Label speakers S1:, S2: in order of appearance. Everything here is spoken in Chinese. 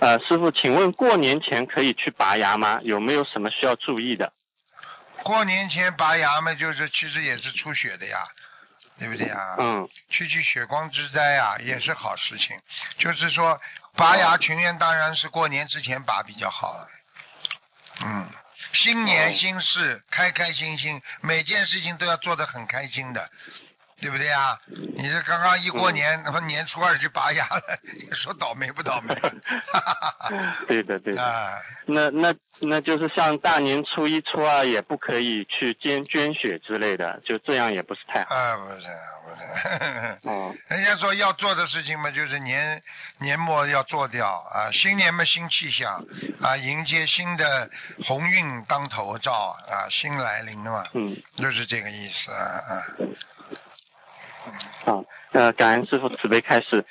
S1: 呃，师傅，请问过年前可以去拔牙吗？有没有什么需要注意的？
S2: 过年前拔牙嘛，就是其实也是出血的呀，对不对呀？
S1: 嗯，
S2: 去去血光之灾呀，也是好事情。就是说，拔牙情愿当然是过年之前拔比较好了。嗯，新年
S1: 哦
S2: 新事，开开心心，每件事情都要做得很开心的，对不对呀？你这刚刚一过年，那么年初二就拔牙了， 你说倒霉不倒霉？ 哈哈哈
S1: 对的对
S2: 哈
S1: 的。
S2: 啊，
S1: 那那那就是像大年初一、初二也不可以去捐捐血之类的，就这样也不是太好。
S2: 啊，不是不是。
S1: 哦，
S2: 人家说要做的事情嘛，就是年年末要做掉啊，新年嘛新气象啊，迎接新的鸿运当头照啊，新来临了嘛，
S1: 嗯，
S2: 就是这个意思啊啊。
S1: 好、呃，感恩师傅慈悲开示。